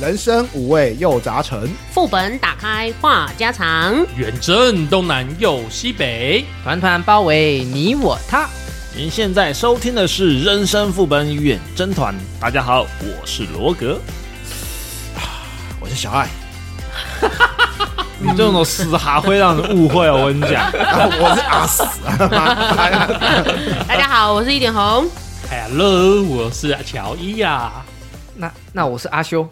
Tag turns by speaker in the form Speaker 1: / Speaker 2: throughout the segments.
Speaker 1: 人生五味又杂陈，
Speaker 2: 副本打开话家常，
Speaker 3: 远征东南又西北。
Speaker 4: 团团包围你我他。
Speaker 5: 您现在收听的是《人生副本远征团》，大家好，我是罗格。
Speaker 1: 我是小爱，
Speaker 5: 你这种死哈会让人误会，我跟你 讲。
Speaker 1: 啊、我是阿死啊！
Speaker 2: 大家好，我是一点红。
Speaker 3: Hello，我是乔伊呀、
Speaker 4: 那那我是阿修，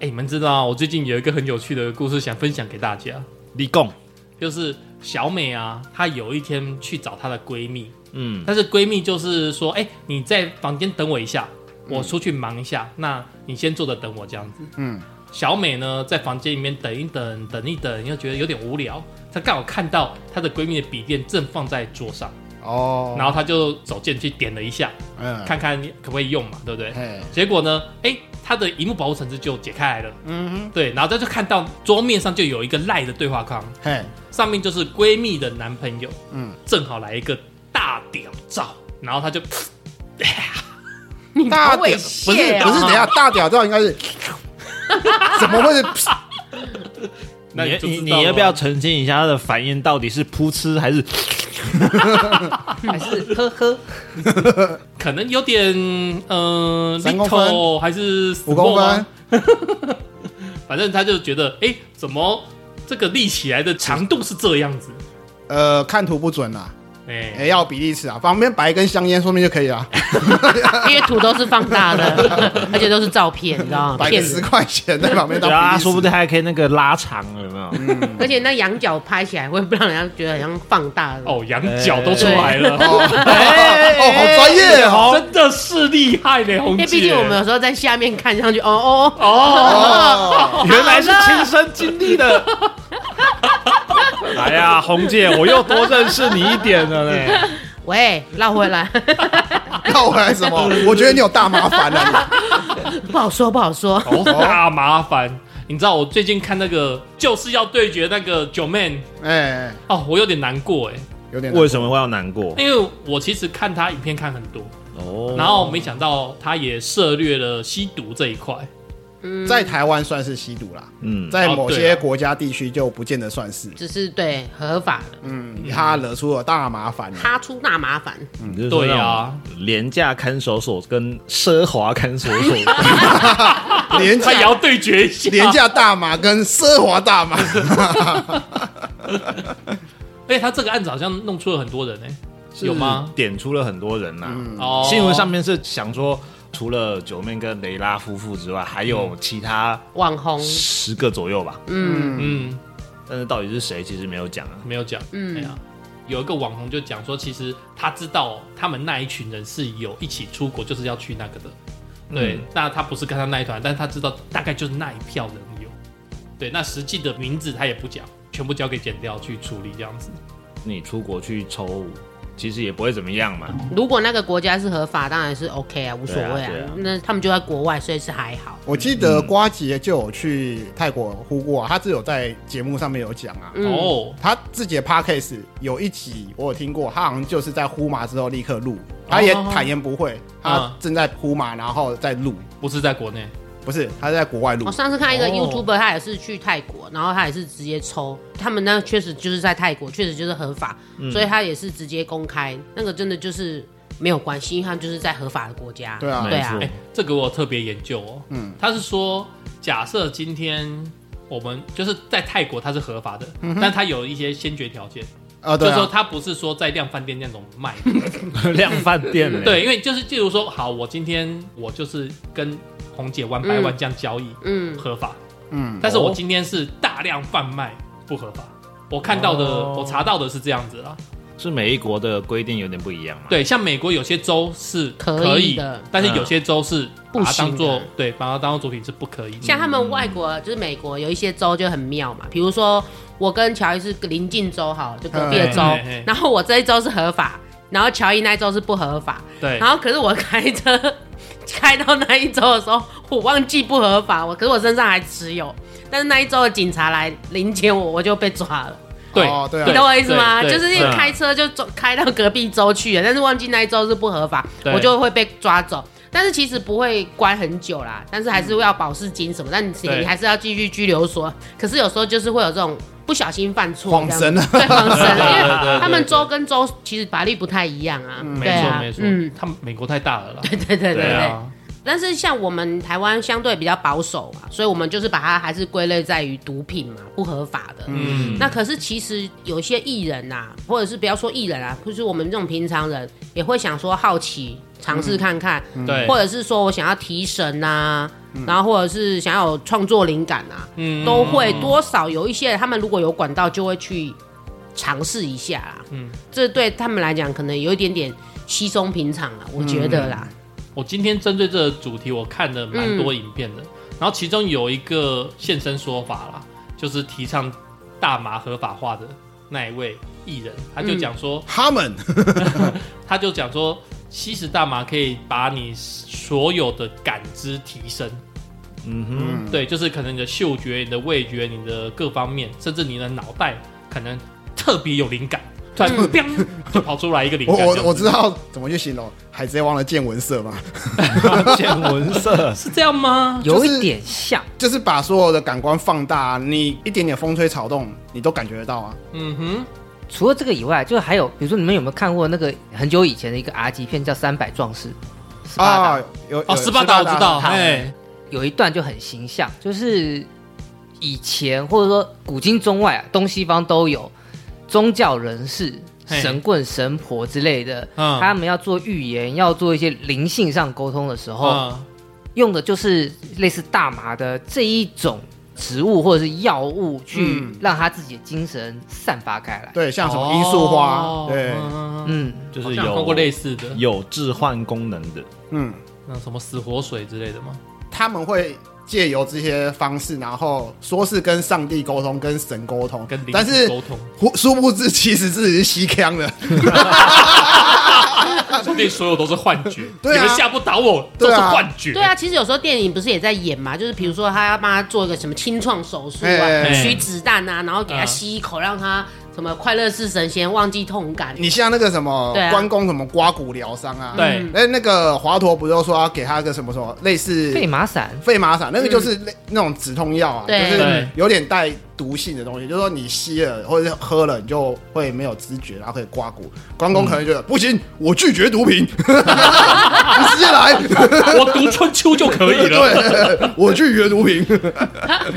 Speaker 3: 哎、你们知道我最近有一个很有趣的故事想分享给大家，
Speaker 5: 立贡，
Speaker 3: 就是小美啊，她有一天去找她的闺蜜，
Speaker 5: 嗯，
Speaker 3: 但是闺蜜就是说，哎、你在房间等我一下，我出去忙一下，那你先坐着等我这样子。
Speaker 1: 嗯，
Speaker 3: 小美呢在房间里面等一等，等一等，又觉得有点无聊，她刚好看到她的闺蜜的笔电正放在桌上，
Speaker 1: 哦，
Speaker 3: 然后她就走进去点了一下，
Speaker 1: 嗯，
Speaker 3: 看看可不可以用嘛，对不对？
Speaker 1: 嘿，
Speaker 3: 结果呢，哎，她的荧幕保护层次就解开来了，
Speaker 1: 嗯
Speaker 3: 对，然后她就看到桌面上就有一个赖的对话框，
Speaker 1: 哼，嘿，
Speaker 3: 上面就是闺蜜的男朋友，
Speaker 1: 嗯，
Speaker 3: 正好来一个大屌照，然后她就
Speaker 2: 你
Speaker 1: 大
Speaker 2: 好
Speaker 1: 屌
Speaker 2: 猥
Speaker 1: 不是
Speaker 2: 亵
Speaker 1: 不是，
Speaker 2: 啊！
Speaker 1: 等一下大屌照应该是，怎么会是？
Speaker 3: 那
Speaker 5: 你
Speaker 3: 就
Speaker 5: 你
Speaker 3: 知道
Speaker 5: 你
Speaker 3: 了
Speaker 5: 要不要澄清一下他的反应到底是噗嗤还是？
Speaker 3: 嗯
Speaker 4: 还是呵 呵，
Speaker 3: 可能有点嗯、呃、
Speaker 1: 三公
Speaker 3: little 还是
Speaker 1: 五公
Speaker 3: small
Speaker 1: 分
Speaker 3: 吗，反正她就觉得哎、怎么这个立起来的长度是这样子？
Speaker 1: 呃，看图不准啦，
Speaker 3: 哎、
Speaker 1: 哎，要比例尺啊，旁边摆一根香烟，说明就可以了，
Speaker 2: 因为图都是放大的，而且都是照片，你知道吗？
Speaker 1: 摆
Speaker 2: 骗
Speaker 1: 个十
Speaker 2: 人。
Speaker 1: 块钱在旁边当
Speaker 5: 对啊，
Speaker 1: 比例
Speaker 5: 说不
Speaker 1: 尺。
Speaker 5: 定嗯还可以那个拉长，有没有？
Speaker 2: 而且那羊角拍起来会不让人家觉得好像放大了。
Speaker 3: 哦，羊角都出来
Speaker 1: 哦，
Speaker 3: 了，
Speaker 1: 哦，好专业哦！
Speaker 3: 真的是厉害嘞，
Speaker 2: 因
Speaker 3: 红姐。
Speaker 2: 为哎毕竟我们有时候在下面看上去，哦哦哦，
Speaker 1: 哦，
Speaker 5: 原来是亲身经历 的。哎呀，红姐，我又多认识你一点了嘞。
Speaker 2: 喂，绕回来，
Speaker 1: 绕回来什么？我觉得你有大麻烦了、你
Speaker 2: 不好说，不好说。
Speaker 3: 哦， 大麻烦。你知道我最近看那个就是要对决那个九妹
Speaker 1: 哎、哎
Speaker 3: 哦，我有点难过哎，
Speaker 1: 有点
Speaker 5: 为什么会要难过？
Speaker 3: 因为我其实看她影片看很多，
Speaker 5: 哦
Speaker 3: 然后没想到她也涉略了吸毒这一块。
Speaker 2: 嗯，
Speaker 1: 在台湾算是吸毒啦，
Speaker 5: 嗯，
Speaker 1: 在
Speaker 3: 哦
Speaker 1: 某
Speaker 3: 对
Speaker 1: 些
Speaker 3: 啊
Speaker 1: 国家地区就不见得算是。
Speaker 2: 只是对合法的，
Speaker 1: 嗯，他惹出了大麻烦了。啊
Speaker 2: 他出大麻烦。
Speaker 5: 你就是
Speaker 3: 对啊，
Speaker 5: 廉价看守所跟奢华看守所，
Speaker 1: 廉
Speaker 3: 他也
Speaker 1: 价
Speaker 3: 要对决一 下。
Speaker 1: 廉价大麻跟奢华大麻，
Speaker 3: 而且他这个案子好像弄出了很多人欸呢、有吗？？
Speaker 5: 点出了很多人呐、
Speaker 3: 哦，
Speaker 5: 新闻上面是想说，除了九妹跟雷拉夫妇之外，还
Speaker 3: 嗯
Speaker 5: 有其他
Speaker 2: 网红，
Speaker 5: 十个左右吧。
Speaker 2: 嗯，
Speaker 3: 嗯
Speaker 5: 但是到底是谁，其实没有讲啊。
Speaker 3: 没有讲。
Speaker 2: 嗯
Speaker 3: 嗯，哎呀，有一个网红就讲说，其实他知道他们那一群人是有一起出国，就是要去那个的。对，
Speaker 5: 嗯
Speaker 3: 那他不是跟他那一团，但是他知道大概就是那一票人有。对，那实际的名字他也不讲，全部交给剪掉去处理这样子。
Speaker 5: 你出国去抽，其实也不会怎么样 嘛。
Speaker 2: 如果那个国家是合法，当然是 OK 啊，无所谓
Speaker 5: 对啊对啊
Speaker 2: 那他们就在国外，所以是还好。
Speaker 1: 我记得瓜姐就有去泰国呼过、啊，他只有在节目上面有讲啊。
Speaker 2: 嗯
Speaker 3: 哦，
Speaker 1: 他自己的 podcast 有一集我有听过，他好像就是在呼麻之后立刻录，他也
Speaker 3: 哦
Speaker 1: 坦言不会，他
Speaker 3: 嗯
Speaker 1: 正在呼麻然后再录，
Speaker 3: 不是在国内，
Speaker 1: 不是他是在国外录
Speaker 2: 我。上次看一个
Speaker 3: 哦
Speaker 2: YouTuber，他也是去泰国，然后他也是直接抽，他们那确实就是在泰国，确实就是合法，所以他也是直接公开，那个真的就是没有关系，因为他们就是在合法的国家。
Speaker 1: 对啊
Speaker 2: 对啊
Speaker 5: 没
Speaker 3: 哎、
Speaker 5: 错
Speaker 3: 这个我有特别研究哦。
Speaker 1: 嗯
Speaker 3: 嗯，他是说，假设今天我们就是在泰国，它是合法的，但它有一些先决条件，
Speaker 1: 啊，
Speaker 3: 就
Speaker 1: 对
Speaker 3: 是说
Speaker 1: 啊，
Speaker 3: 它不是说在量贩店那种卖。
Speaker 5: 量饭店、欸，
Speaker 3: 对，因为就是，例如说，好，我今天我就是跟红姐玩百万这样交易、
Speaker 2: 嗯，
Speaker 3: 合法，
Speaker 1: 嗯，
Speaker 3: 但是我今天是大量贩卖不合法。我看到的，
Speaker 5: 哦
Speaker 3: 我查到的是这样子啦。啊
Speaker 5: 是每一国的规定有点不一样嘛。
Speaker 3: 对，像美国有些州是
Speaker 2: 啊可
Speaker 3: 可
Speaker 2: 以
Speaker 3: 以
Speaker 2: 的嗯
Speaker 3: 但是有些州是把它当
Speaker 2: 不行
Speaker 3: 做
Speaker 2: 的
Speaker 3: 对，把它当做毒品是不可以的。
Speaker 2: 像他们外国就是美国有一些州就很妙嘛，比如说我跟乔伊是邻近州好了，就隔壁的州
Speaker 3: 嘿嘿嘿，
Speaker 2: 然后我这一州是合法，然后乔伊那一州是不合法，
Speaker 3: 对
Speaker 2: 然，后可是我开车 开到那一周的时候，我忘记不合法，我可是我身上还持有，但是那一周的警察来临检我，我就被抓了。
Speaker 3: 对
Speaker 1: 哦对啊
Speaker 2: 你懂我意思吗？
Speaker 3: 对
Speaker 2: 就
Speaker 3: 对啊
Speaker 2: 是因为开车就走开到隔壁州去了，但是忘记那一周是不合法，
Speaker 3: 对
Speaker 2: 我就会被抓走。但是其实不会关很久啦，但是还是会要保释金什么，但你
Speaker 3: 对
Speaker 2: 你还是要继续拘留所。可是有时候就是会有这种不小心犯错，
Speaker 1: 恍神了，
Speaker 2: 这样子对晃神，因为
Speaker 3: 对对对
Speaker 2: 他们州跟州其实法律不太一样啊，
Speaker 3: 没
Speaker 2: 对
Speaker 3: 错
Speaker 2: 啊，
Speaker 3: 没错
Speaker 2: 嗯，，
Speaker 3: 他们美国太大了啦。
Speaker 2: 对对对对对。
Speaker 3: 啊，
Speaker 2: 但是像我们台湾相对比较保守嘛，所以我们就是把它还是归类在于毒品嘛，不合法的。
Speaker 3: 嗯，
Speaker 2: 那可是其实有一些艺人呐、或者是不要说艺人啊，就是我们这种平常人也会想说好奇尝试看看，
Speaker 3: 嗯对，
Speaker 2: 或者是说我想要提神呐、然后或者是想要有创作灵感啊，
Speaker 3: 嗯
Speaker 2: 都会多少有一些人他们如果有管道就会去尝试一下啦。
Speaker 3: 嗯
Speaker 2: 嗯，这对他们来讲可能有一点点稀松平常了，我觉得啦。
Speaker 3: 我今天针对这个主题，我看了蛮多影片的，然后其中有一个现身说法啦，就是提倡大麻合法化的那一位艺人，他就讲说，
Speaker 1: 他们
Speaker 3: 他就讲说，吸食大麻可以把你所有的感知提升，
Speaker 5: 嗯哼，
Speaker 3: 对，就是可能你的嗅觉、你的味觉、你的各方面，甚至你的脑袋可能特别有灵感，突然砰就跑出来一个灵
Speaker 1: 我
Speaker 3: 感，
Speaker 1: 我 我知
Speaker 3: 道
Speaker 1: 道怎么去形容，海贼王的见闻色嘛，
Speaker 5: 见
Speaker 3: 嗯
Speaker 5: 闻色，
Speaker 3: 是这样吗？
Speaker 4: 有
Speaker 1: 就是
Speaker 4: 一点像，
Speaker 1: 就是把所有的感官放大、你一点点风吹草动，你都感觉得到啊。
Speaker 3: 嗯哼，
Speaker 4: 除了这个以外，就是还有，比如说你们有没有看过那个很久以前的一个 R 级片叫《三百壮士》？
Speaker 1: 啊
Speaker 4: 啊，，
Speaker 1: 有
Speaker 3: 哦，
Speaker 1: 有
Speaker 3: 斯巴达我知道，
Speaker 1: 好
Speaker 3: 哎，
Speaker 4: 有一段就很形象，就是以前或者说古今中外啊，东西方都有宗教人士、
Speaker 3: 嘿
Speaker 4: 神棍、神婆之类的，
Speaker 3: 嗯
Speaker 4: 他们要做预言，要做一些灵性上沟通的时候，
Speaker 3: 嗯
Speaker 4: 用的就是类似大麻的这一种植物或者是药物，去
Speaker 1: 嗯
Speaker 4: 让他自己的精神散发开来。
Speaker 1: 对，像什么罂粟
Speaker 3: 哦
Speaker 1: 花，对，
Speaker 3: 嗯
Speaker 4: 嗯，
Speaker 5: 就是
Speaker 3: 好像有看过
Speaker 5: 有
Speaker 3: 类似的，
Speaker 5: 有置换功能的，
Speaker 1: 嗯，
Speaker 3: 那什么死活水之类的吗？
Speaker 1: 他们会借由这些方式，然后说是跟上帝沟通、跟神沟通，
Speaker 3: 跟灵
Speaker 1: 但
Speaker 3: 魂
Speaker 1: 是
Speaker 3: 沟通，
Speaker 1: 忽殊不知其实自己是吸腔的，
Speaker 3: 说不定所有都是幻觉，
Speaker 1: 对啊
Speaker 3: 你们吓不倒我，都
Speaker 1: 对
Speaker 3: 是
Speaker 1: 啊
Speaker 3: 幻觉，
Speaker 2: 对啊，其实有时候电影不是也在演嘛，就是比如说他要帮他做一个什么清创手术
Speaker 1: 哎哎
Speaker 2: 啊，
Speaker 3: 哎
Speaker 2: 取子弹啊，然后给他
Speaker 3: 嗯
Speaker 2: 吸一口，让他什么快乐是神仙，忘记痛感。
Speaker 1: 你像那个什么
Speaker 2: 对啊
Speaker 1: 关公什么刮骨疗伤啊，
Speaker 3: 对
Speaker 2: 嗯
Speaker 1: 那那个华佗不就说要给他个什么什么类似
Speaker 4: 费马散
Speaker 1: 费马散，那个就是类那种止痛药啊，就
Speaker 2: 对
Speaker 1: 是
Speaker 3: 对
Speaker 1: 有点带毒性的东西，就是说你吸了或者是喝了，你就会没有知觉，然后可以刮骨。关公可能觉得、不行，我拒绝毒品，你直接来，
Speaker 3: 我读春秋就可以 了。
Speaker 1: 对，我拒绝毒 品。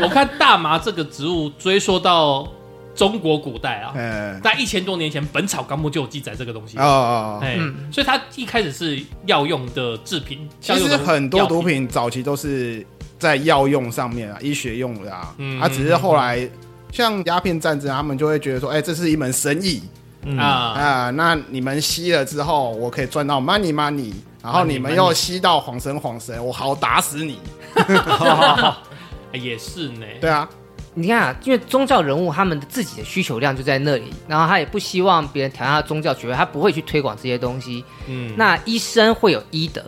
Speaker 3: 我看大麻这个植物追溯到中国古代啊，
Speaker 1: 哎，
Speaker 3: 在一千多年前，《本草纲目》就有记载这个东西。
Speaker 1: 哦，
Speaker 3: 哎，所以它一开始是药用的制品，
Speaker 1: 其
Speaker 3: 药
Speaker 1: 实
Speaker 3: 用的
Speaker 1: 很多
Speaker 3: 药
Speaker 1: 毒，品早期都是在药用上面啊，医学用的啊，
Speaker 3: 嗯
Speaker 1: 啊，只是后来。像鸦片战争，他们就会觉得说，哎、这是一门生意，
Speaker 5: 嗯
Speaker 3: 啊，
Speaker 1: 啊、那你们吸了之后，我可以赚到 money money，然后
Speaker 3: Money
Speaker 1: 你们又吸到晃神晃神，我好打死你。
Speaker 3: 哎也是呢。
Speaker 1: 对啊，
Speaker 4: 你看啊，因为宗教人物他们的自己的需求量就在那里，然后他也不希望别人挑战他的宗教学位，他不会去推广这些东西。
Speaker 3: 嗯，
Speaker 4: 那医生会有医德，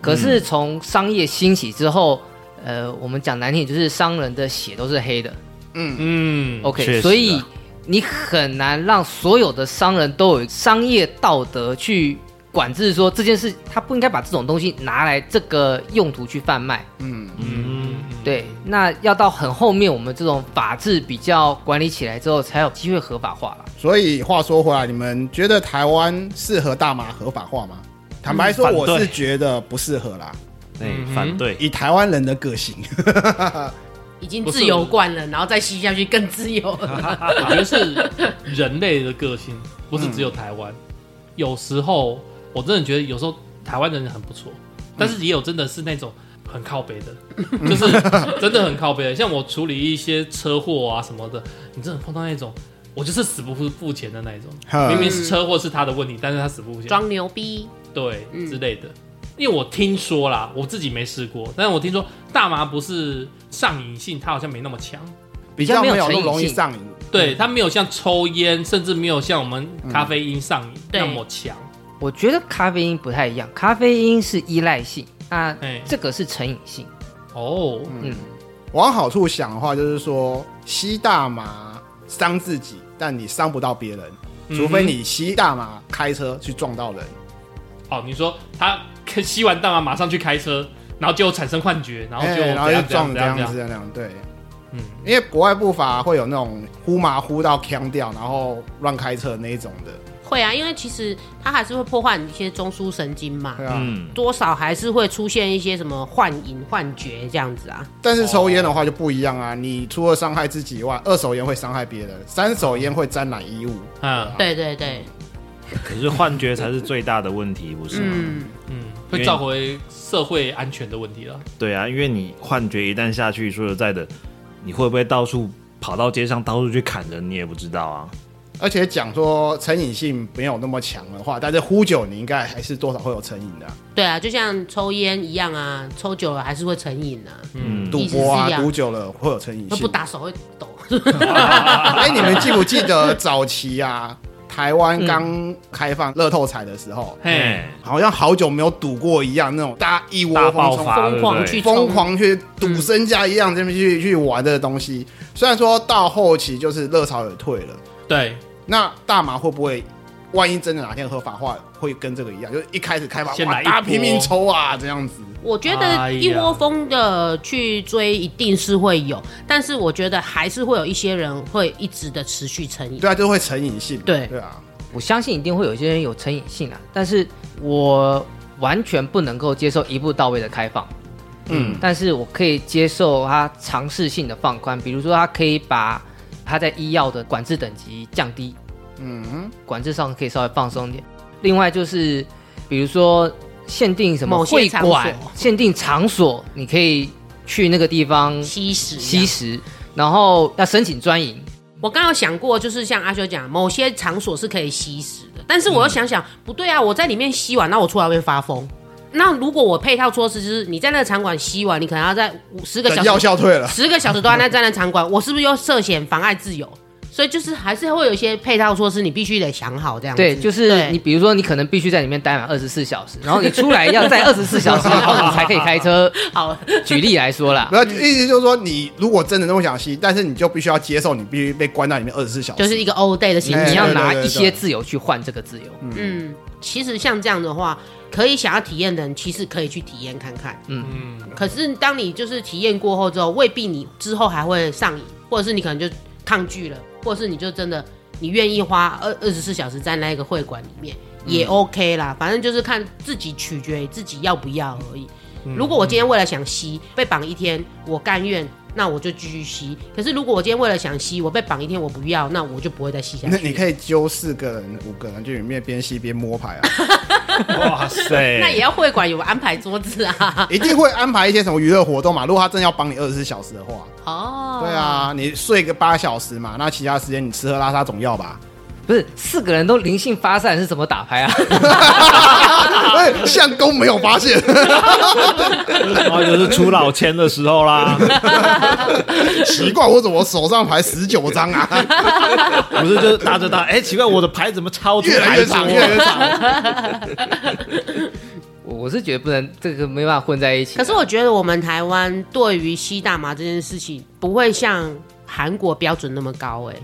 Speaker 4: 可
Speaker 1: 嗯
Speaker 4: 是从商业兴起之后，呃，我们讲难听，就是商人的血都是黑的。
Speaker 3: 嗯，
Speaker 5: 确实
Speaker 4: OK，
Speaker 5: 啊
Speaker 4: 所以你很难让所有的商人都有商业道德去管制，说这件事他不应该把这种东西拿来这个用途去贩卖。
Speaker 3: 嗯，嗯
Speaker 4: 对，那要到很后面，我们这种法制比较管理起来之后，才有机会合法化了。
Speaker 1: 所以话说回来，你们觉得台湾适合大麻合法化吗？坦白说，
Speaker 5: 嗯反
Speaker 1: 我
Speaker 5: 对
Speaker 1: 是觉得不适合啦。
Speaker 5: 哎
Speaker 3: 嗯，哼
Speaker 5: 反对，
Speaker 1: 以台湾人的个 性，
Speaker 2: 已经
Speaker 3: 不是
Speaker 2: 自由惯了，然后再吸下去更自由了。
Speaker 3: 我觉得是人类的个性，不是只有台湾。有时候我真的觉得，有时候台湾人很不错，但是也有真的是那种很靠北的， 就是真的很靠北的。像我处理一些车祸啊什么的，你真的碰到那种。我就是死不付付钱的那一种，
Speaker 1: 哼
Speaker 3: 明明是车祸是他的问题，但是他死不付钱，
Speaker 2: 装牛逼，
Speaker 3: 对之类的。因为我听说啦，我自己没试过，但是我听说大麻不是上瘾性，它好像没那么强。
Speaker 1: 比较没有
Speaker 4: 比较
Speaker 1: 那
Speaker 4: 没有
Speaker 1: 么容
Speaker 4: 成瘾
Speaker 1: 易
Speaker 4: 性
Speaker 1: 上瘾。
Speaker 3: 对，它没有像抽烟，甚至没有像我们咖啡因上
Speaker 1: 嗯
Speaker 3: 瘾
Speaker 2: 对
Speaker 3: 那么强。
Speaker 4: 我觉得咖啡因不太一样，咖啡因是依赖性，那
Speaker 3: 哎
Speaker 4: 这个是成瘾性。
Speaker 3: 哦，
Speaker 4: 嗯，
Speaker 1: 往好处想的话，就是说吸大麻伤自己，但你伤不到别嗯人，除非你吸大麻开车去撞到人。
Speaker 3: 哦，你说他吸完大麻马上去开车，然后就产生幻觉，然后就
Speaker 1: 哎
Speaker 3: 怎
Speaker 1: 然后就
Speaker 3: 样怎
Speaker 1: 撞
Speaker 3: 样
Speaker 1: 这
Speaker 3: 怎样
Speaker 1: 样
Speaker 3: 怎
Speaker 1: 子
Speaker 3: 样，
Speaker 1: 这样对。
Speaker 3: 嗯，
Speaker 1: 因为国外不乏会有那种呼麻呼到腔掉，然后乱开车的那一种的，
Speaker 2: 会啊，因为其实它还是会破坏你一些中枢神经嘛，
Speaker 1: 对啊。
Speaker 5: 嗯，
Speaker 2: 多少还是会出现一些什么幻影、幻觉这样子啊。
Speaker 1: 但是抽烟的话就不一样啊，你除了伤害自己以外，二手烟会伤害别人，三手烟会沾染衣物。
Speaker 3: 嗯
Speaker 2: 对对对，
Speaker 5: 可是幻觉才是最大的问题，不是吗？
Speaker 2: 嗯，
Speaker 3: 嗯，会造回社会安全的问题了。
Speaker 5: 对啊，因为你幻觉一旦下去，说实在的，你会不会到处跑到街上到处去砍人，你也不知道啊。
Speaker 1: 而且讲说成瘾性没有那么强的话，但是呼酒你应该还是多少会有成瘾的啊、
Speaker 2: 对啊，就像抽烟一样啊，抽久了还是会成瘾啊，
Speaker 5: 嗯，
Speaker 1: 赌
Speaker 2: 意思
Speaker 1: 博啊
Speaker 2: 是一，样
Speaker 1: 赌酒了会有成瘾
Speaker 2: 那不
Speaker 1: 性。
Speaker 2: 打手会抖。
Speaker 1: 哎，你们记不记得早期啊，台湾刚开放乐透彩的时候，
Speaker 3: 嘿，
Speaker 1: 好像好久没有赌过一样，那种大家一窝
Speaker 5: 大
Speaker 1: 蜂
Speaker 5: 爆
Speaker 1: 冲
Speaker 5: 发，
Speaker 2: 疯狂
Speaker 5: 对不对
Speaker 2: 去
Speaker 1: 疯狂去赌身家一样，这边去去玩的东西。虽然说到后期就是热潮也退了，
Speaker 3: 对，
Speaker 1: 那大麻会不会？万一真的哪天合法化，会跟这个一样，就是一开始开发，
Speaker 3: 先
Speaker 1: 哇，
Speaker 3: 来一
Speaker 1: 大家
Speaker 3: 波
Speaker 1: 拼命抽啊，这样子。
Speaker 2: 我觉
Speaker 3: 哎
Speaker 2: 得
Speaker 3: 呀
Speaker 2: 一窝蜂的去追一定是会有，但是我觉得还是会有一些人会一直的持续成瘾。
Speaker 1: 对啊，就会成瘾性。
Speaker 2: 对
Speaker 1: 对啊，
Speaker 4: 我相信一定会有一些人有成瘾性啊，但是我完全不能够接受一步到位的开放，
Speaker 1: 嗯，
Speaker 4: 但是我可以接受它尝试性的放宽，比如说它可以把它在医药的管制等级降低，嗯，管制上可以稍微放松一点。另外就是，比如说限定什么
Speaker 2: 某些
Speaker 4: 会
Speaker 2: 场所
Speaker 4: 馆、限定场所，你可以去那个地方
Speaker 2: 吸食，
Speaker 4: 吸。食，然后要申请专营，
Speaker 2: 我刚刚有想过，就是像阿修讲，某些场所是可以吸食的，但是我又想想，不对啊，我在里面吸完，那我出来会发疯。那如果我配套措施就是，你在那个场馆吸完，你可能要在五十个
Speaker 1: 等
Speaker 2: 小
Speaker 1: 药
Speaker 2: 时、
Speaker 1: 效退了，
Speaker 2: 十个小时都要在在那场馆，我是不是又涉嫌妨碍自由？所以就是还是会有一些配套措施，你必须得想好这样子。
Speaker 4: 对，就是
Speaker 2: 对
Speaker 4: 你，比如说你可能必须在里面待满二十四小时，然后你出来要在二十四小时后你才可以开车。
Speaker 2: 好，
Speaker 4: 举例来说啦，
Speaker 1: 然后意思就是说，你如果真的那么想吸，但是你就必须要接受，你必须被关到里面二十四小时。
Speaker 2: 就是一个 all day 的
Speaker 4: 你
Speaker 2: 行
Speaker 1: 哎
Speaker 4: 你
Speaker 2: 程。
Speaker 4: 要拿
Speaker 1: 对对对
Speaker 4: 一些自由去换这个自由。
Speaker 2: 嗯，其实像这样的话，可以想要体验的人，其实可以去体验看看。
Speaker 3: 嗯，
Speaker 2: 可是当你就是体验过后之后，未必你之后还会上瘾，或者是你可能就抗拒了，或者是你就真的你愿意花二二十四小时在那一个会馆里面也 OK 啦，反正就是看自己取决于自己要不要而已。如果我今天为了想吸被绑一天，我甘愿。那我就继续吸。可是如果我今天为了想吸，我被绑一天，我不要，那我就不会再吸下去
Speaker 1: 那
Speaker 2: 了。
Speaker 1: 你可以揪四个人、五个人，就里面边吸边摸牌啊，
Speaker 5: 哇塞，
Speaker 2: 那也要会馆有安排桌子啊。
Speaker 1: 一定会安排一些什么娱乐活动嘛。如果他真的要帮你二十四小时的话，
Speaker 2: 哦，
Speaker 1: 对，啊，你睡个八小时嘛，那其他时间你吃喝拉撒总要 吧？
Speaker 4: 不是四个人都灵性发散是怎么打牌啊？
Speaker 1: 哎相公没有发现，
Speaker 5: 然后就是出老千的时 候啦，
Speaker 1: 奇怪，我怎么手上牌十九张啊，
Speaker 5: 不是就是搭着搭，哎，奇怪，我的牌怎么超出
Speaker 1: 越来
Speaker 5: 牌
Speaker 1: 越
Speaker 5: 桌
Speaker 1: 长，越来越长。
Speaker 4: 我我是觉得不能这个没办法混在一起啊
Speaker 2: 可
Speaker 4: 的。
Speaker 2: 是我觉得我们台湾对于吸大麻这件事情，不会像韩国标准那么高哎、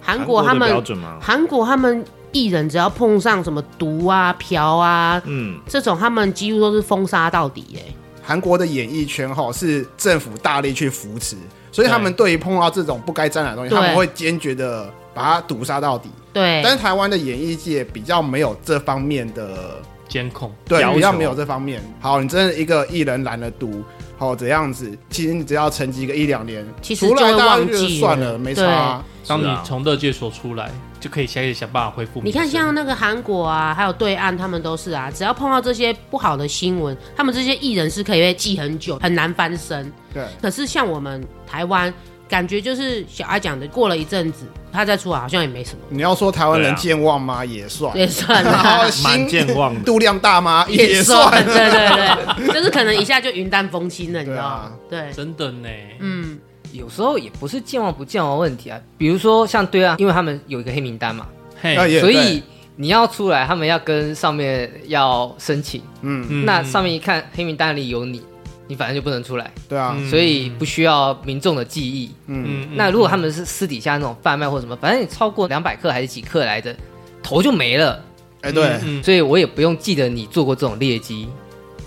Speaker 2: 韩国他
Speaker 5: 韩国的标
Speaker 2: 们，
Speaker 5: 准吗？
Speaker 2: 韩国他们艺人只要碰上什么毒啊、嫖啊
Speaker 5: 嗯，
Speaker 2: 这种，他们几乎都是封杀到底哎、
Speaker 1: 韩国的演艺圈哈是政府大力去扶持，所以他们对于碰到这种不该沾染的东西，
Speaker 2: 对
Speaker 1: 他们会坚决的把它堵杀到底。但
Speaker 2: 对
Speaker 1: 是台湾的演艺界比较没有这方面的，
Speaker 3: 监控，
Speaker 1: 对
Speaker 5: 要，求
Speaker 1: 比较没有这方面。好，你真的一个艺人染了毒，好怎样子？其实你只要沉寂个一两年，
Speaker 2: 其实
Speaker 1: 出来
Speaker 2: 就会
Speaker 1: 大家
Speaker 2: 忘
Speaker 1: 就
Speaker 2: 记
Speaker 1: 算
Speaker 2: 了
Speaker 1: 了，没差啊。
Speaker 3: 当
Speaker 5: 是
Speaker 3: 你
Speaker 5: 啊
Speaker 3: 从乐界所出来，就可以开始想办法恢复民生。
Speaker 2: 你看，像那个韩国啊，还有对岸，他们都是啊，只要碰到这些不好的新闻，他们这些艺人是可以被记很久，很难翻身。
Speaker 1: 对，
Speaker 2: 可是像我们台湾，感觉就是小爱讲的，过了一阵子，他再出来好像也没什么，
Speaker 1: 你要说台湾人
Speaker 5: 对啊
Speaker 1: 健忘吗？也算。
Speaker 2: 也算啊
Speaker 1: 然后
Speaker 2: 啦，
Speaker 1: 心
Speaker 5: 蛮健忘的。
Speaker 1: 度量大吗？ 也
Speaker 2: 算，
Speaker 1: 算。啊
Speaker 2: 对对对，就是可能一下就云淡风轻了，你知道吗？对，
Speaker 3: 真的呢，
Speaker 2: 嗯，
Speaker 4: 有时候也不是健忘不健忘的问题啊，比如说像对啊岸，因为他们有一个黑名单嘛，
Speaker 3: 嘿，
Speaker 1: 哎那也
Speaker 4: 所
Speaker 1: 对
Speaker 4: 以你要出来，他们要跟上面要申请。
Speaker 1: 嗯，
Speaker 3: 嗯
Speaker 4: 那上面一看黑名单里有你，你反正就不能出来，
Speaker 1: 对啊，
Speaker 3: 嗯
Speaker 4: 所以不需要民众的记忆。
Speaker 1: 嗯，
Speaker 4: 那如果他们是私底下那种贩卖或什么，反正你超过两百克还是几克来的，头就没了，
Speaker 1: 哎，对，
Speaker 3: 嗯
Speaker 4: 所以我也不用记得你做过这种劣迹。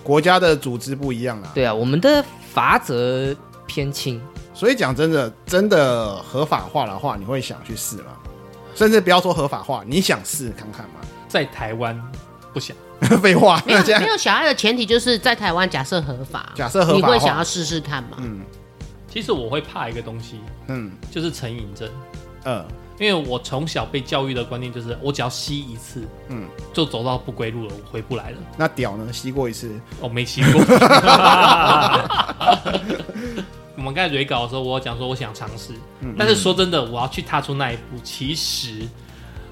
Speaker 1: 国家的组织不一样啊。
Speaker 4: 对啊，我们的罚则偏轻，
Speaker 1: 所以讲真的，真的合法化的话，你会想去试吗？甚至不要说合法化，你想试看看吗？
Speaker 3: 在台湾不想，
Speaker 1: 废话，
Speaker 2: 没有
Speaker 1: 这样
Speaker 2: 没有小孩的前提就是在台湾假设合法，
Speaker 1: 假设合法
Speaker 2: 你
Speaker 1: 化
Speaker 2: 会想要试试看吗？
Speaker 1: 嗯
Speaker 3: 其实我会怕一个东西，
Speaker 1: 嗯
Speaker 3: 就是成瘾症，
Speaker 1: 呃，
Speaker 3: 因为我从小被教育的观念就是，我只要吸一次，
Speaker 1: 嗯
Speaker 3: 嗯，就走到不归路了，我回不来了。
Speaker 1: 那屌呢？吸过一次，
Speaker 3: 我没吸过。我们刚才蕊稿的时候，我有讲说我想尝试，但是说真的，我要去踏出那一步，其实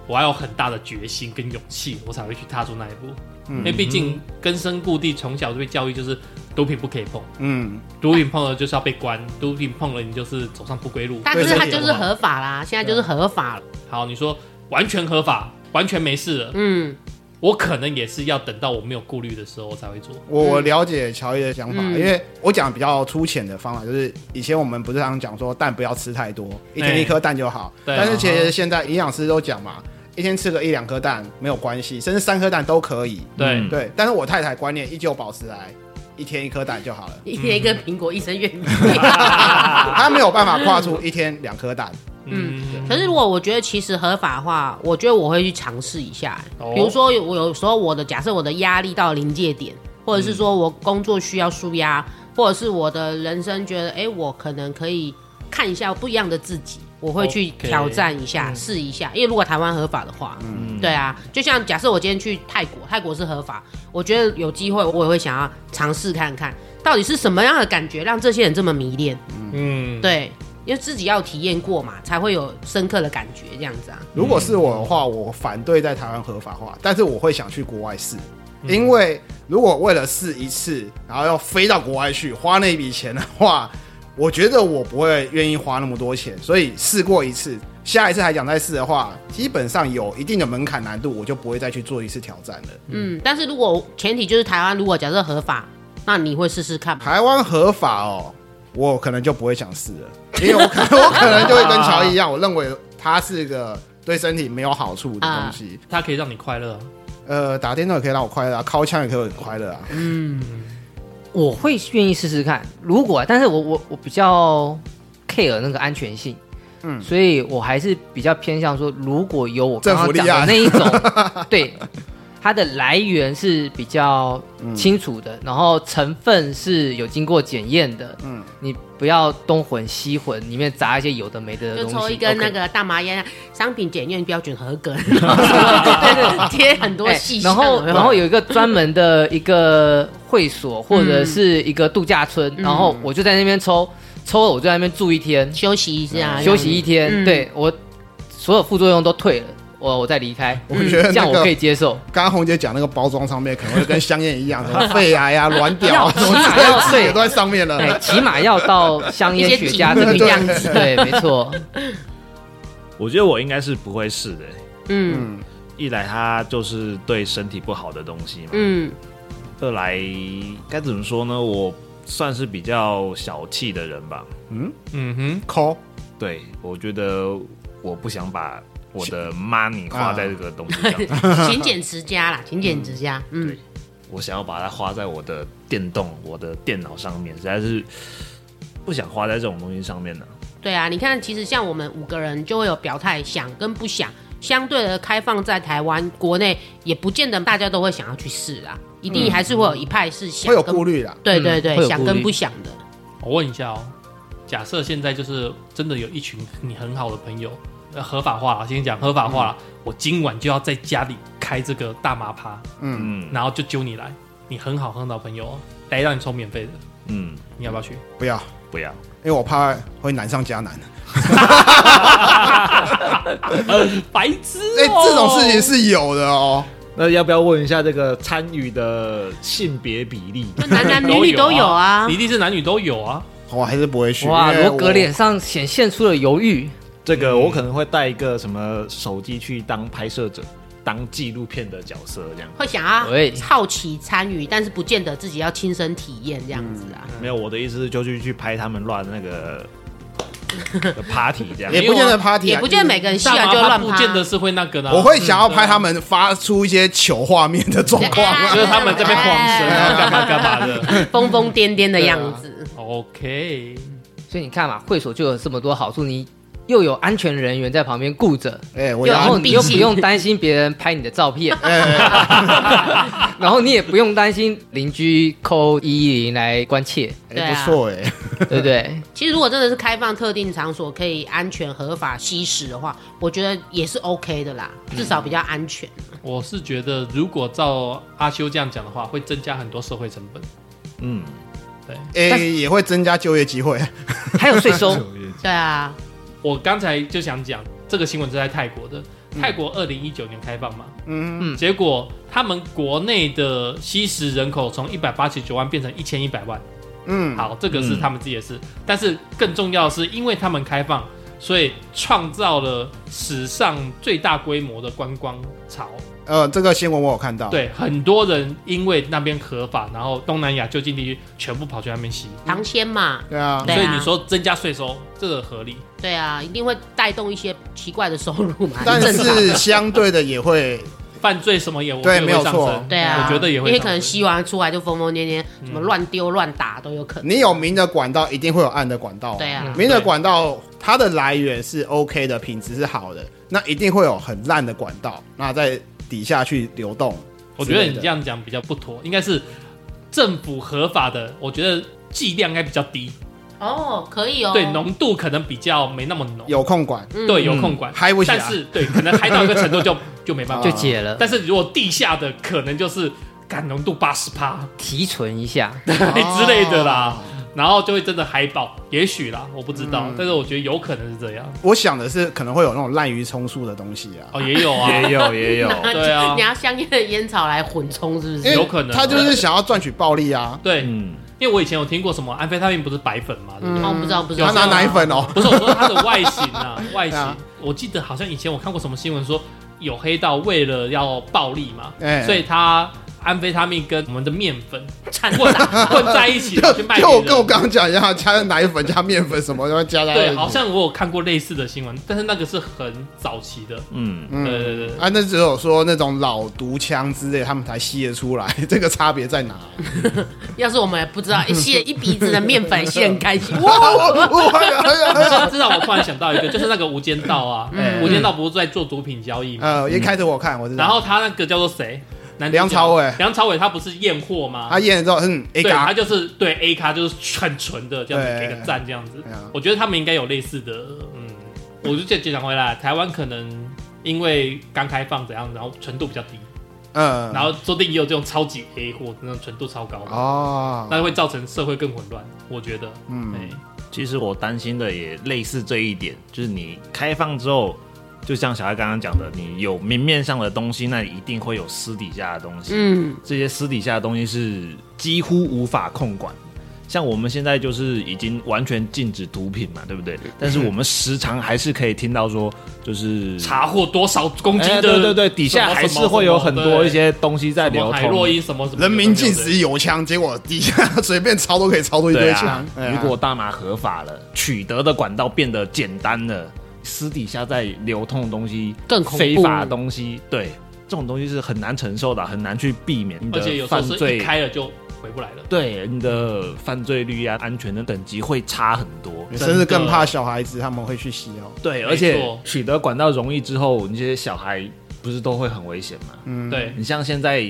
Speaker 3: 我要有很大的决心跟勇气，我才会去踏出那一步。因为毕竟根深固地，从小就被教育就是毒品不可以碰，
Speaker 1: 嗯，
Speaker 3: 毒品碰了就是要被关，毒品碰了你就是走上不归路。
Speaker 2: 但是
Speaker 1: 对
Speaker 2: 它
Speaker 1: 这
Speaker 2: 就是合法啦，现在就是合法了。
Speaker 3: 好，你说完全合法，完全没事了，
Speaker 2: 嗯，
Speaker 3: 我可能也是要等到我没有顾虑的时候我才会做。
Speaker 1: 我我了解乔伊的想法，
Speaker 2: 嗯
Speaker 1: 因为我讲比较粗浅的方法，就是以前我们不是常讲说蛋不要吃太多，一天一颗蛋就好。
Speaker 3: 对
Speaker 1: 但是其实现在营养师都讲嘛，一天吃个一两颗蛋没有关系，甚至三颗蛋都可以。
Speaker 3: 对，
Speaker 5: 嗯
Speaker 1: 对，但是我太太观念依旧保持来，一天一颗蛋就好了。
Speaker 2: 一天一个苹果，一生 愿意。
Speaker 1: 她没有办法跨出一天两颗蛋。
Speaker 3: 嗯，
Speaker 2: 可是如果我觉得其实合法的话，我觉得我会去尝试一下、
Speaker 3: 哦
Speaker 2: 比如说有我有时候我的假设我的压力到临界点，或者是说我工作需要舒压，或者是我的人生觉得哎、诶我可能可以看一下不一样的自己，我会去
Speaker 3: OK 嗯
Speaker 2: 挑战一下试、一下。因为如果台湾合法的话，对啊，就像假设我今天去泰国，泰国是合法，我觉得有机会我也会想要尝试看看，到底是什么样的感觉让这些人这么迷恋。
Speaker 3: 嗯，
Speaker 2: 对，因为自己要体验过嘛，才会有深刻的感觉，这样子啊。
Speaker 1: 如果是我的话，我反对在台湾合法化，但是我会想去国外试，因为如果为了试一次，然后要飞到国外去花那笔钱的话，我觉得我不会愿意花那么多钱，所以试过一次，下一次还想再试的话，基本上有一定的门槛难度，我就不会再去做一次挑战了。
Speaker 2: 嗯，但是如果前提就是台湾如果假设合法，那你会试试看吗？
Speaker 1: 台湾合法哦，我可能就不会想试了，因为我可我可能就会跟乔一样，我认为它是一个对身体没有好处的东西。
Speaker 3: 它可以让你快乐啊。
Speaker 1: 呃，打电动也可以让我快乐啊，敲枪也可以让我很快乐啊。
Speaker 4: 我会愿意试试看。如果啊，但是我我我比较 care 那个安全性，嗯，所以我还是比较偏向说，如果有我刚
Speaker 1: 政府
Speaker 4: 刚
Speaker 1: 立
Speaker 4: 讲
Speaker 1: 案
Speaker 4: 的那一种，对，它的来源是比较清楚的，然后成分是有经过检验的，嗯，你不要东混西混，里面杂一些有的没的
Speaker 2: 就
Speaker 4: 东西，
Speaker 2: 抽一根那
Speaker 4: OK
Speaker 2: 个大麻烟，商品检验标准合 格，然后贴很多
Speaker 4: 哎
Speaker 2: 细项
Speaker 4: 然后
Speaker 2: 没有
Speaker 4: 然后有一个专门的一个会所或者是一个度假村，
Speaker 2: 嗯
Speaker 4: 然后我就在那边抽，抽了我就在那边住一天，
Speaker 2: 休息一下，
Speaker 4: 休息一
Speaker 2: 嗯
Speaker 4: 天，对我所有副作用都退了，我我再离开，
Speaker 2: 嗯
Speaker 1: 我觉得
Speaker 4: 这样
Speaker 1: 那
Speaker 4: 我可以
Speaker 1: 个
Speaker 4: 接受。
Speaker 1: 刚刚红姐讲那个包装上面可能会跟香烟一样，什么肺癌啊、卵屌啊，什么
Speaker 4: 起码要
Speaker 1: 字也都在上面了。
Speaker 4: 哎，起码要到香烟、
Speaker 2: 一些
Speaker 4: 雪茄
Speaker 2: 警
Speaker 4: 这个
Speaker 2: 语这样子
Speaker 4: 对，没错，
Speaker 5: 我觉得我应该是不会试的、
Speaker 2: 嗯
Speaker 5: 一来它就是对身体不好的东西嘛，
Speaker 2: 嗯
Speaker 5: 二来该怎么说呢？我算是比较小气的人吧。
Speaker 3: 嗯哼，
Speaker 1: 抠，
Speaker 5: 对，我觉得我不想把我的 money 花在这个东西上，
Speaker 2: 嗯，勤俭持家啦，勤俭持家，嗯
Speaker 5: 对，我想要把它花在我的电动、我的电脑上面，实在是不想花在这种东西上面呢、
Speaker 2: 对啊，你看，其实像我们五个人就会有表态想跟不想，相对的开放在台湾国内也不见得大家都会想要去试啊，一定还是会有一派是想
Speaker 1: 会有
Speaker 2: 跟
Speaker 1: 顾虑啦。
Speaker 2: 对对对，
Speaker 4: 会有
Speaker 2: 想
Speaker 4: 顾虑
Speaker 2: 跟不想的，
Speaker 3: 我问一下哦，假设现在就是真的有一群你很好的朋友，呃合法化了，先讲合法化了，我今晚就要在家里开这个大麻趴，
Speaker 1: 嗯，
Speaker 5: 嗯
Speaker 3: 然后就揪你来，你很好很好的朋友哦，来让你抽免费的，
Speaker 5: 嗯，
Speaker 3: 你要不要去？
Speaker 1: 不要，
Speaker 5: 不要，
Speaker 1: 因为我怕会难上加难。
Speaker 3: 白痴
Speaker 1: 哎，
Speaker 3: 哦，
Speaker 1: 这种事情是有的哦。
Speaker 6: 那要不要问一下这个参与的性别比例？
Speaker 2: 就男男女女都有啊
Speaker 3: 一。定是男女都有啊，
Speaker 1: 我还是不会去。
Speaker 4: 哇，
Speaker 1: 因为
Speaker 4: 罗格脸上显现出了犹豫，
Speaker 6: 这个我可能会带一个什么手机去当拍摄者，当纪录片的角色这样。
Speaker 2: 会想要
Speaker 4: 喂
Speaker 2: 好奇参与，但是不见得自
Speaker 1: 嗯
Speaker 2: 己要亲身体验这样子啊。
Speaker 5: 没有我的意思是就去去拍他们乱那个 的 party 这样。
Speaker 1: 也不见得 party，、
Speaker 2: 也
Speaker 1: 啊、嗯
Speaker 2: 不见得每个人吸
Speaker 3: 大
Speaker 2: 完
Speaker 3: 麻
Speaker 2: 就
Speaker 3: 它
Speaker 2: 乱
Speaker 3: 不见
Speaker 2: 趴。
Speaker 3: 得是会那个的啊、
Speaker 1: 我会想要拍他
Speaker 3: 们，
Speaker 1: 们发出一些糗画面的状况啊
Speaker 2: 哎。
Speaker 3: 就是他们这边晃神，然后干嘛干嘛的。
Speaker 2: 疯疯癫癫的样子，
Speaker 3: OK，
Speaker 4: 所以你看嘛，会所就有这么多好处，你又有安全人员在旁边顾着，
Speaker 1: 哎、我
Speaker 4: 然
Speaker 1: 要
Speaker 4: 后
Speaker 2: 有
Speaker 4: 你又
Speaker 2: 避
Speaker 4: 不
Speaker 2: 忌
Speaker 4: 用担心别人拍你的照 片，
Speaker 1: 哎、哎
Speaker 4: 然后你也不用担心邻居扣一一零来关切，
Speaker 1: 哎
Speaker 2: 对啊
Speaker 1: 不错哎、
Speaker 4: 对不对？
Speaker 2: 其实如果真的是开放特定场所可以安全合法吸食的话，我觉得也是 OK 的啦，至少比较安全。
Speaker 3: 我是觉得如果照阿修这样讲的话，会增加很多社会成本。
Speaker 5: 嗯，
Speaker 1: 哎、也会增加就业机会。
Speaker 4: 还有税 收，
Speaker 2: 对啊，
Speaker 1: 嗯
Speaker 3: 我刚才就想讲这个新闻是在泰国的，泰国二零一九年开放嘛，
Speaker 1: 嗯，
Speaker 4: 嗯
Speaker 3: 结果他们国内的吸食人口从一百八十九万变成一千一百万。
Speaker 1: 嗯，
Speaker 3: 好，这个是他们自己的事，但是更重要的是，因为他们开放，所以创造了史上最大规模的观光潮。
Speaker 1: 呃，这个新闻我有看到。，
Speaker 3: 对，很多人因为那边合法，然后东南亚就近地区全部跑去那边吸，
Speaker 2: 尝鲜嘛，
Speaker 1: 对啊，
Speaker 2: 对啊
Speaker 3: 所以你说增加税收，这个合理。
Speaker 2: 对啊，一定会带动一些奇怪的收入嘛，
Speaker 1: 但
Speaker 2: 正常。
Speaker 1: 是相对的也会，
Speaker 3: 犯罪什么也我
Speaker 1: 对
Speaker 3: 觉得
Speaker 1: 没有
Speaker 3: 会上
Speaker 1: 错
Speaker 3: 升
Speaker 2: 对啊，
Speaker 3: 我觉得也会
Speaker 2: 因为
Speaker 3: 上
Speaker 2: 可能
Speaker 3: 升
Speaker 2: 吸完出来就疯疯癫癫，什么乱丢乱打都有可
Speaker 1: 嗯
Speaker 2: 能。
Speaker 1: 你有明的管道，一定会有暗的管道、
Speaker 2: 对啊，
Speaker 1: 明的
Speaker 3: 对
Speaker 1: 管道它的来源是 OK 的，品质是好的，那一定会有很烂的管道，那在底下去流动。
Speaker 3: 我觉得你这样讲比较不妥，应该是政府合法的，我觉得剂量应该比较低，
Speaker 2: 哦，可以哦。
Speaker 3: 对浓度可能比较没那么浓，
Speaker 1: 有空管，
Speaker 2: 嗯
Speaker 3: 对有控管，
Speaker 1: 嗨不起来啊
Speaker 3: 但是对可能嗨到一个程度就就没 办法
Speaker 4: 就。解了，
Speaker 3: 但是如果地下的可能就是感浓度八十趴
Speaker 4: 提存一下，
Speaker 3: 之类的
Speaker 1: 哦
Speaker 3: 啦，然后就会真的嗨爆，也许啦，我不知道，
Speaker 1: 嗯
Speaker 3: 但是我觉得有可能是这样。
Speaker 1: 我想的是可能会有那种滥竽充数的东西啊，
Speaker 3: 哦，也 有啊，
Speaker 5: 也有也有，
Speaker 2: 拿
Speaker 3: 对 啊
Speaker 2: 你拿香烟的烟草来混充，是不
Speaker 1: 因为
Speaker 2: 是？
Speaker 3: 有可能
Speaker 1: 他就是想要赚取暴利啊。
Speaker 3: 对，
Speaker 5: 嗯，
Speaker 3: 因为我以前有听过什么安非他命不是白粉嘛，对不对？
Speaker 1: 嗯
Speaker 2: 哦，不知道，不知道。
Speaker 1: 他拿奶粉哦，
Speaker 3: 不是我说它的外形啊， 外形、
Speaker 1: 啊
Speaker 3: 我记得好像以前我看过什么新闻说，有黑道为了要暴利嘛，
Speaker 1: 哎
Speaker 3: 所以他安非他命跟我们的面粉
Speaker 2: 掺
Speaker 3: 混
Speaker 2: 杂
Speaker 3: 混在一起去卖
Speaker 1: 就我
Speaker 3: 别
Speaker 1: 跟我
Speaker 3: 人。
Speaker 1: 刚刚讲一样，加奶粉加面粉什么都要加在一起。
Speaker 3: 对，好像我有看过类似的新闻，但是那个是很早期的。
Speaker 5: 嗯，
Speaker 1: 嗯
Speaker 3: 对对对对
Speaker 1: 啊，那只有说那种老毒枪之类，他们才吸得出来， 这个差别在 哪？
Speaker 2: 要是我们也不知道，一吸了一鼻子的面 粉，吸得很开心。
Speaker 1: 哇哇哇哇哇
Speaker 3: 至少我突然想到一个，就是那个《无间道》啊，
Speaker 1: 嗯
Speaker 3: 无间道》不是在做毒品交易吗？
Speaker 1: 呃，一开始我看我知道，
Speaker 3: 然后他那个叫做谁？男主角
Speaker 1: 梁朝伟
Speaker 3: 梁朝伟他不是验货吗？
Speaker 1: 他验了之后，嗯，A
Speaker 3: 对，他
Speaker 1: 嘎，
Speaker 3: 就是对 A 咖就是很纯的这样子
Speaker 1: 对
Speaker 3: 给个赞这样子
Speaker 1: 对啊。
Speaker 3: 我觉得他们应该有类似的，嗯，我就再讲回来，台湾可能因为刚开放怎样，然后纯度比较低，
Speaker 1: 嗯，
Speaker 3: 然后说不定也有这种超级 A 货那种纯度超高的，
Speaker 1: 哦，
Speaker 3: 那会造成社会更混乱。我觉得，
Speaker 1: 嗯
Speaker 3: 哎
Speaker 5: 其实我担心的也类似这一点，就是你开放之后，就像小艾刚刚讲的，你有明面上的东西，那一定会有私底下的东西。
Speaker 2: 嗯，
Speaker 5: 这些私底下的东西是几乎无法控管。像我们现在就是已经完全禁止毒品嘛，对不对？但是我们时常还是可以听到说，就是
Speaker 3: 查获多少公斤
Speaker 6: 哎
Speaker 3: 的？
Speaker 6: 对对对，底下还是会有很多一些东西在
Speaker 3: 什么
Speaker 6: 流
Speaker 3: 海洛
Speaker 6: 通。
Speaker 3: 因什么什么，
Speaker 1: 人民禁止有枪，结果底下 随便抄都可以抄出一
Speaker 5: 对
Speaker 1: 堆
Speaker 5: 啊
Speaker 1: 枪。，对啊
Speaker 5: 如果大麻合法了，取得的管道变得简单了，私底下在流通的东西，
Speaker 2: 更恐怖
Speaker 5: 非法的东西，对这种东西是很难承受的，很难去避免你
Speaker 3: 而且有
Speaker 5: 的
Speaker 3: 时候
Speaker 5: 犯
Speaker 3: 是一
Speaker 5: 罪。
Speaker 3: 开了就回不来了。
Speaker 5: 对你的犯罪率啊、安全的等级会差很多，
Speaker 1: 你甚至更怕小孩子他们会去吸哦。
Speaker 5: 对，
Speaker 3: 没
Speaker 5: 而且
Speaker 3: 错
Speaker 5: 取得管道容易之后，你这些小孩不是都会很危险吗？
Speaker 1: 嗯
Speaker 3: 对
Speaker 5: 你像现在，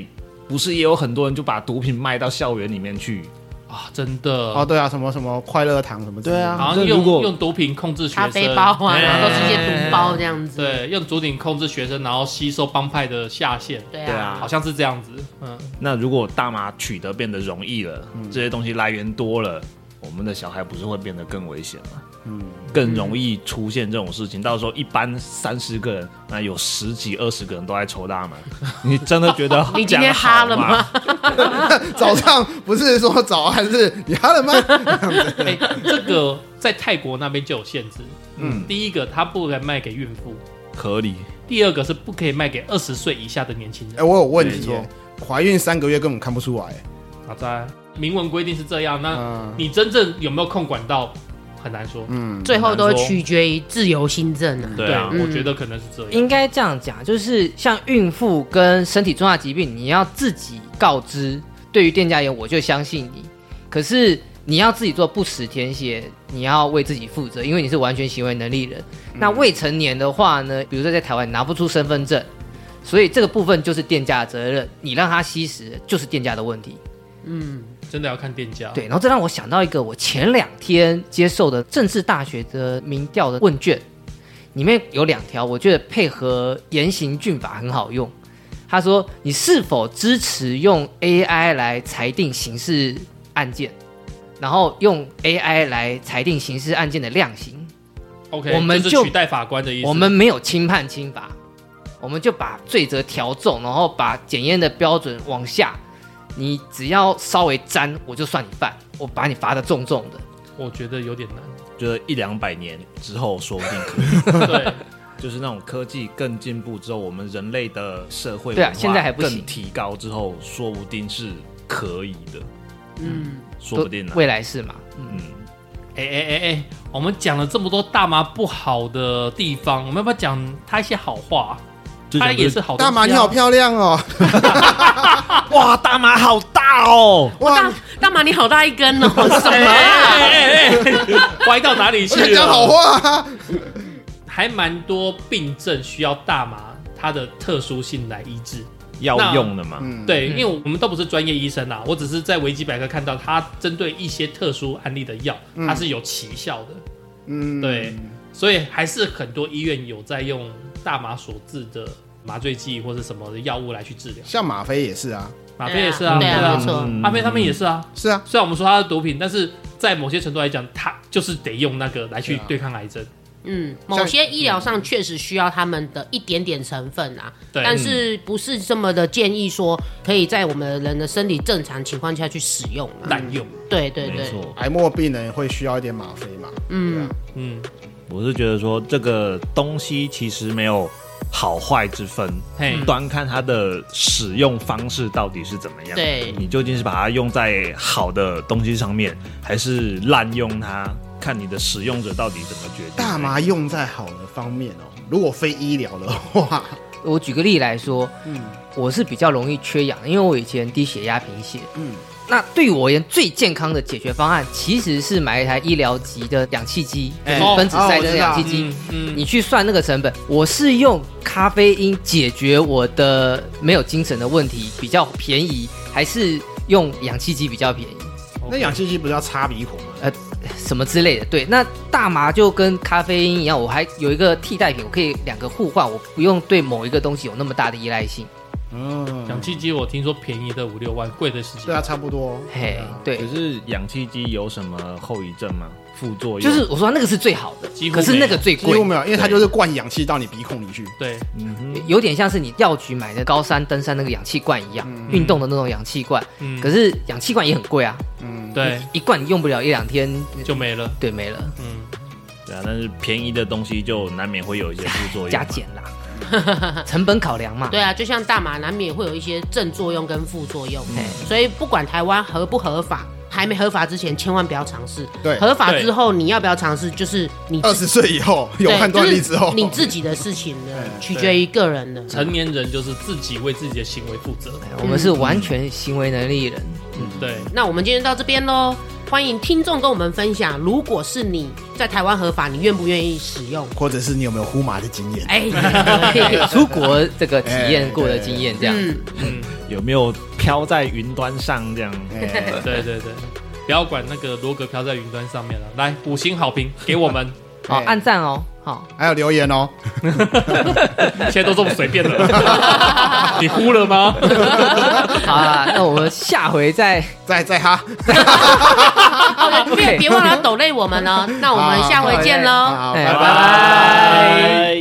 Speaker 5: 不是也有很多人就把毒品卖到校园里面去？
Speaker 3: 啊，真的
Speaker 1: 哦，，对啊，什么什么快乐糖什么之类的
Speaker 5: 对啊
Speaker 3: 好像
Speaker 5: 这如
Speaker 3: 用
Speaker 5: 果
Speaker 3: 用毒品控制学
Speaker 2: 咖
Speaker 3: 生，
Speaker 2: 啡包啊，
Speaker 5: 哎
Speaker 2: 然后都是一些毒包这样子。
Speaker 3: 对，用竹顶控制学生，然后吸收帮派的下线，
Speaker 2: 对
Speaker 5: 对
Speaker 2: 啊，
Speaker 5: 啊
Speaker 3: 好像是这样子。嗯，
Speaker 5: 那如果大麻取得变得容易了，
Speaker 4: 嗯
Speaker 5: 这些东西来源多了，我们的小孩不是会变得更危险吗？
Speaker 4: 嗯
Speaker 5: 更容易出现这种事情。到时候一般三十个人，那有十几二十个人都在 抽大麻，你真的觉得
Speaker 2: 你今天
Speaker 5: 这样好
Speaker 2: 哈了吗？
Speaker 1: 早上不是说早安，是你哈了吗？
Speaker 3: 哎、这个在泰国那边就有限制。嗯，第一个，它不能卖给孕妇；
Speaker 5: 合理？
Speaker 3: 第二个是不可以卖给二十岁以下的年轻
Speaker 1: 哎、
Speaker 3: 人。
Speaker 1: 我有问题
Speaker 3: 没
Speaker 1: 耶，怀孕三个月根本看不出来。
Speaker 3: 好在明文规定是这样，那
Speaker 1: 嗯，
Speaker 3: 你真正有没有控管到？很难说。
Speaker 1: 嗯，
Speaker 2: 最后都取决于自由新政啊。
Speaker 5: 对啊，
Speaker 2: 嗯
Speaker 3: 我觉得可能是这样。
Speaker 4: 应该这样讲，就是像孕妇跟身体重大疾病，你要自己告知。对于店家而言，我就相信你。可是你要自己做不实填写，你要为自己负责，因为你是完全行为能力人。
Speaker 3: 嗯
Speaker 4: 那未成年的话呢，比如说在台湾拿不出身份证，所以这个部分就是店家的责任。你让他吸食，就是店家的问题。
Speaker 3: 真的要看店家。
Speaker 4: 对，然后这让我想到一个我前两天接受的政治大学的民调的问卷，里面有两条，我觉得配合严刑峻法很好用。他说：“你是否支持用 AI 来裁定刑事案件，然后用 AI 来裁定刑事案件的量刑？
Speaker 3: ，OK，
Speaker 4: 我们
Speaker 3: 这是
Speaker 4: 就
Speaker 3: 取代法官的意思。
Speaker 4: 我们没有轻判轻罚，我们就把罪责调重，然后把检验的标准往下。你只要稍微沾，我就算你犯，我把你罚得重重的。”
Speaker 3: 我觉得有点难。
Speaker 5: 觉得一两百年之后说不定可 以，
Speaker 3: 对，
Speaker 5: 就是那种科技更进步之后，我们人类的社会
Speaker 4: 对啊
Speaker 5: 文化
Speaker 4: 现在还不行
Speaker 5: 更提高之后，说不定是可以的，
Speaker 2: 嗯，
Speaker 5: 说不定啊呢、
Speaker 4: 未来是嘛？
Speaker 5: 嗯，
Speaker 3: 哎哎哎哎，我们讲了这么多大麻不好的地方，我们要不要讲他一些好话？
Speaker 5: 之
Speaker 3: 他
Speaker 5: 前不
Speaker 3: 也是好东西啊
Speaker 1: 大马你好漂亮哦，
Speaker 5: 哇，大麻好大哦，
Speaker 1: 哇
Speaker 2: 大，大马你好大一 根哦，什么啊？
Speaker 3: 哎哎哎，歪到哪里
Speaker 1: 我
Speaker 3: 去
Speaker 1: 想讲好
Speaker 3: 了？
Speaker 1: 话啊，
Speaker 3: 还蛮多病症需要大麻它的特殊性来医治。
Speaker 5: 要用的嘛，
Speaker 1: 嗯，
Speaker 3: 对，因
Speaker 4: 嗯
Speaker 3: 为我们都不是专业医生啦，我只是在维基百科看到它针对一些特殊案例的药，
Speaker 4: 嗯
Speaker 3: 它是有奇效的，
Speaker 1: 嗯，
Speaker 3: 对，所以还是很多医院有在用大麻所致的麻醉剂或是什么的药物来去治疗。
Speaker 1: 像吗啡也是啊，
Speaker 3: 吗啡也是啊，
Speaker 2: 对啊
Speaker 3: 啊
Speaker 2: 没，错
Speaker 5: 嗯
Speaker 3: 阿啡他们也是啊。
Speaker 1: 是啊，
Speaker 3: 虽然我们说它是毒品，但是在某些程度来讲，它就是得用那个来去对抗癌症。
Speaker 2: 嗯，某
Speaker 1: 像
Speaker 2: 些医疗上确实需要他们的一点点成分啊，
Speaker 3: 对
Speaker 2: 但是不是这么的建议说可以在我们人的身体正常情况下去使用啊？
Speaker 3: 滥用，
Speaker 2: 对对
Speaker 5: 没
Speaker 2: 对，
Speaker 5: 错。
Speaker 1: 癌末病人会需要一点吗啡嘛，
Speaker 2: 嗯，
Speaker 3: 嗯，
Speaker 5: 我是觉得说这个东西其实没有好坏之分，
Speaker 3: 嘿，
Speaker 5: 端看它的使用方式到底是怎么样。
Speaker 2: 对
Speaker 5: 你究竟是把它用在好的东西上面，还是滥用它？看你的使用者到底怎么决定。
Speaker 1: 大麻用在好的方面哦，如果非医疗的话，
Speaker 4: 我举个例来说，
Speaker 1: 嗯
Speaker 4: 我是比较容易缺氧的，因为我以前低血压贫血。
Speaker 1: 嗯，
Speaker 4: 那对我而言，最健康的解决方案其实是买一台医疗级的氧气机，就
Speaker 1: 哎
Speaker 4: 是分子
Speaker 1: 哦
Speaker 4: 赛
Speaker 1: 我知
Speaker 4: 的
Speaker 1: 道
Speaker 4: 氧气机。
Speaker 3: 嗯嗯，
Speaker 4: 你去算那个成本，我是用咖啡因解决我的没有精神的问题，比较便宜，还是用氧气机比较便宜？
Speaker 1: 那氧气机不是要插鼻孔啊吗？
Speaker 4: 什么之类的。对，那大麻就跟咖啡因一样，我还有一个替代品，我可以两个互换，我不用对某一个东西有那么大的依赖性。
Speaker 1: 嗯，
Speaker 3: 氧气机我听说便宜的五六万，贵的十几
Speaker 1: 对啊，
Speaker 3: 万。
Speaker 1: 差不多。啊
Speaker 4: 嘿，对
Speaker 5: 可，是氧气机有什么后遗症吗？副作用
Speaker 4: 就是我说那个是最好
Speaker 3: 几
Speaker 4: 的，
Speaker 3: 乎
Speaker 4: 可是那个最
Speaker 1: 几乎
Speaker 4: 贵，
Speaker 1: 没有，因为它就是灌氧气到你鼻孔里去。
Speaker 3: 对，
Speaker 4: 嗯有点像是你药局买的高山登山那个氧气罐一样，运动的那种氧气罐。
Speaker 3: 嗯，
Speaker 4: 可是氧气罐也很贵啊，
Speaker 2: 嗯
Speaker 3: 对
Speaker 4: 一罐你用不了一两天，
Speaker 3: 就没了。
Speaker 4: 对，没了，
Speaker 3: 嗯，
Speaker 5: 对啊，但是便宜的东西就难免会有一些副作用嘛。
Speaker 4: 加减啦，成本考量嘛。
Speaker 2: 对啊，就像大麻难免会有一些正作用跟副作用，
Speaker 1: 嗯
Speaker 4: 嘿，
Speaker 2: 所以不管台湾合不合法，还没合法之前千万不要尝试。
Speaker 1: 对
Speaker 2: 合法之后你要不要尝试，就是你
Speaker 1: 二十岁以后有
Speaker 2: 对
Speaker 1: 判断力之后，
Speaker 2: 就是你自己的事情了，
Speaker 1: 对
Speaker 2: 取决于个人的。
Speaker 3: 成年人就是自己为自己的行为负责。
Speaker 4: 我们是完全行为能力人，
Speaker 3: 对，
Speaker 2: 那我们今天到这边喽，欢迎听众跟我们分享，如果是你在台湾合法，你愿不愿意使用？
Speaker 1: 或者是你有没有呼麻的经验？
Speaker 2: 哎， 可以
Speaker 4: 出国这个体验过的经验这样。
Speaker 2: 嗯，
Speaker 3: 嗯，
Speaker 5: 有没有飘在云端上这样？
Speaker 1: 哎
Speaker 3: 对对对，不要管那个罗格飘在云端上面了，来五星好评给我们，
Speaker 4: 好，
Speaker 1: 哎
Speaker 4: 按赞哦，好，
Speaker 1: 还有留言哦，
Speaker 3: 现在都这么随便了，你呼了吗？
Speaker 4: 好啦，那我们下回再
Speaker 1: 在在哈，
Speaker 2: 哦，别别忘了要抖累我们哦。那我们下回见喽。
Speaker 1: 好，
Speaker 4: 哎
Speaker 1: 拜
Speaker 4: 拜
Speaker 1: 拜。
Speaker 5: 拜。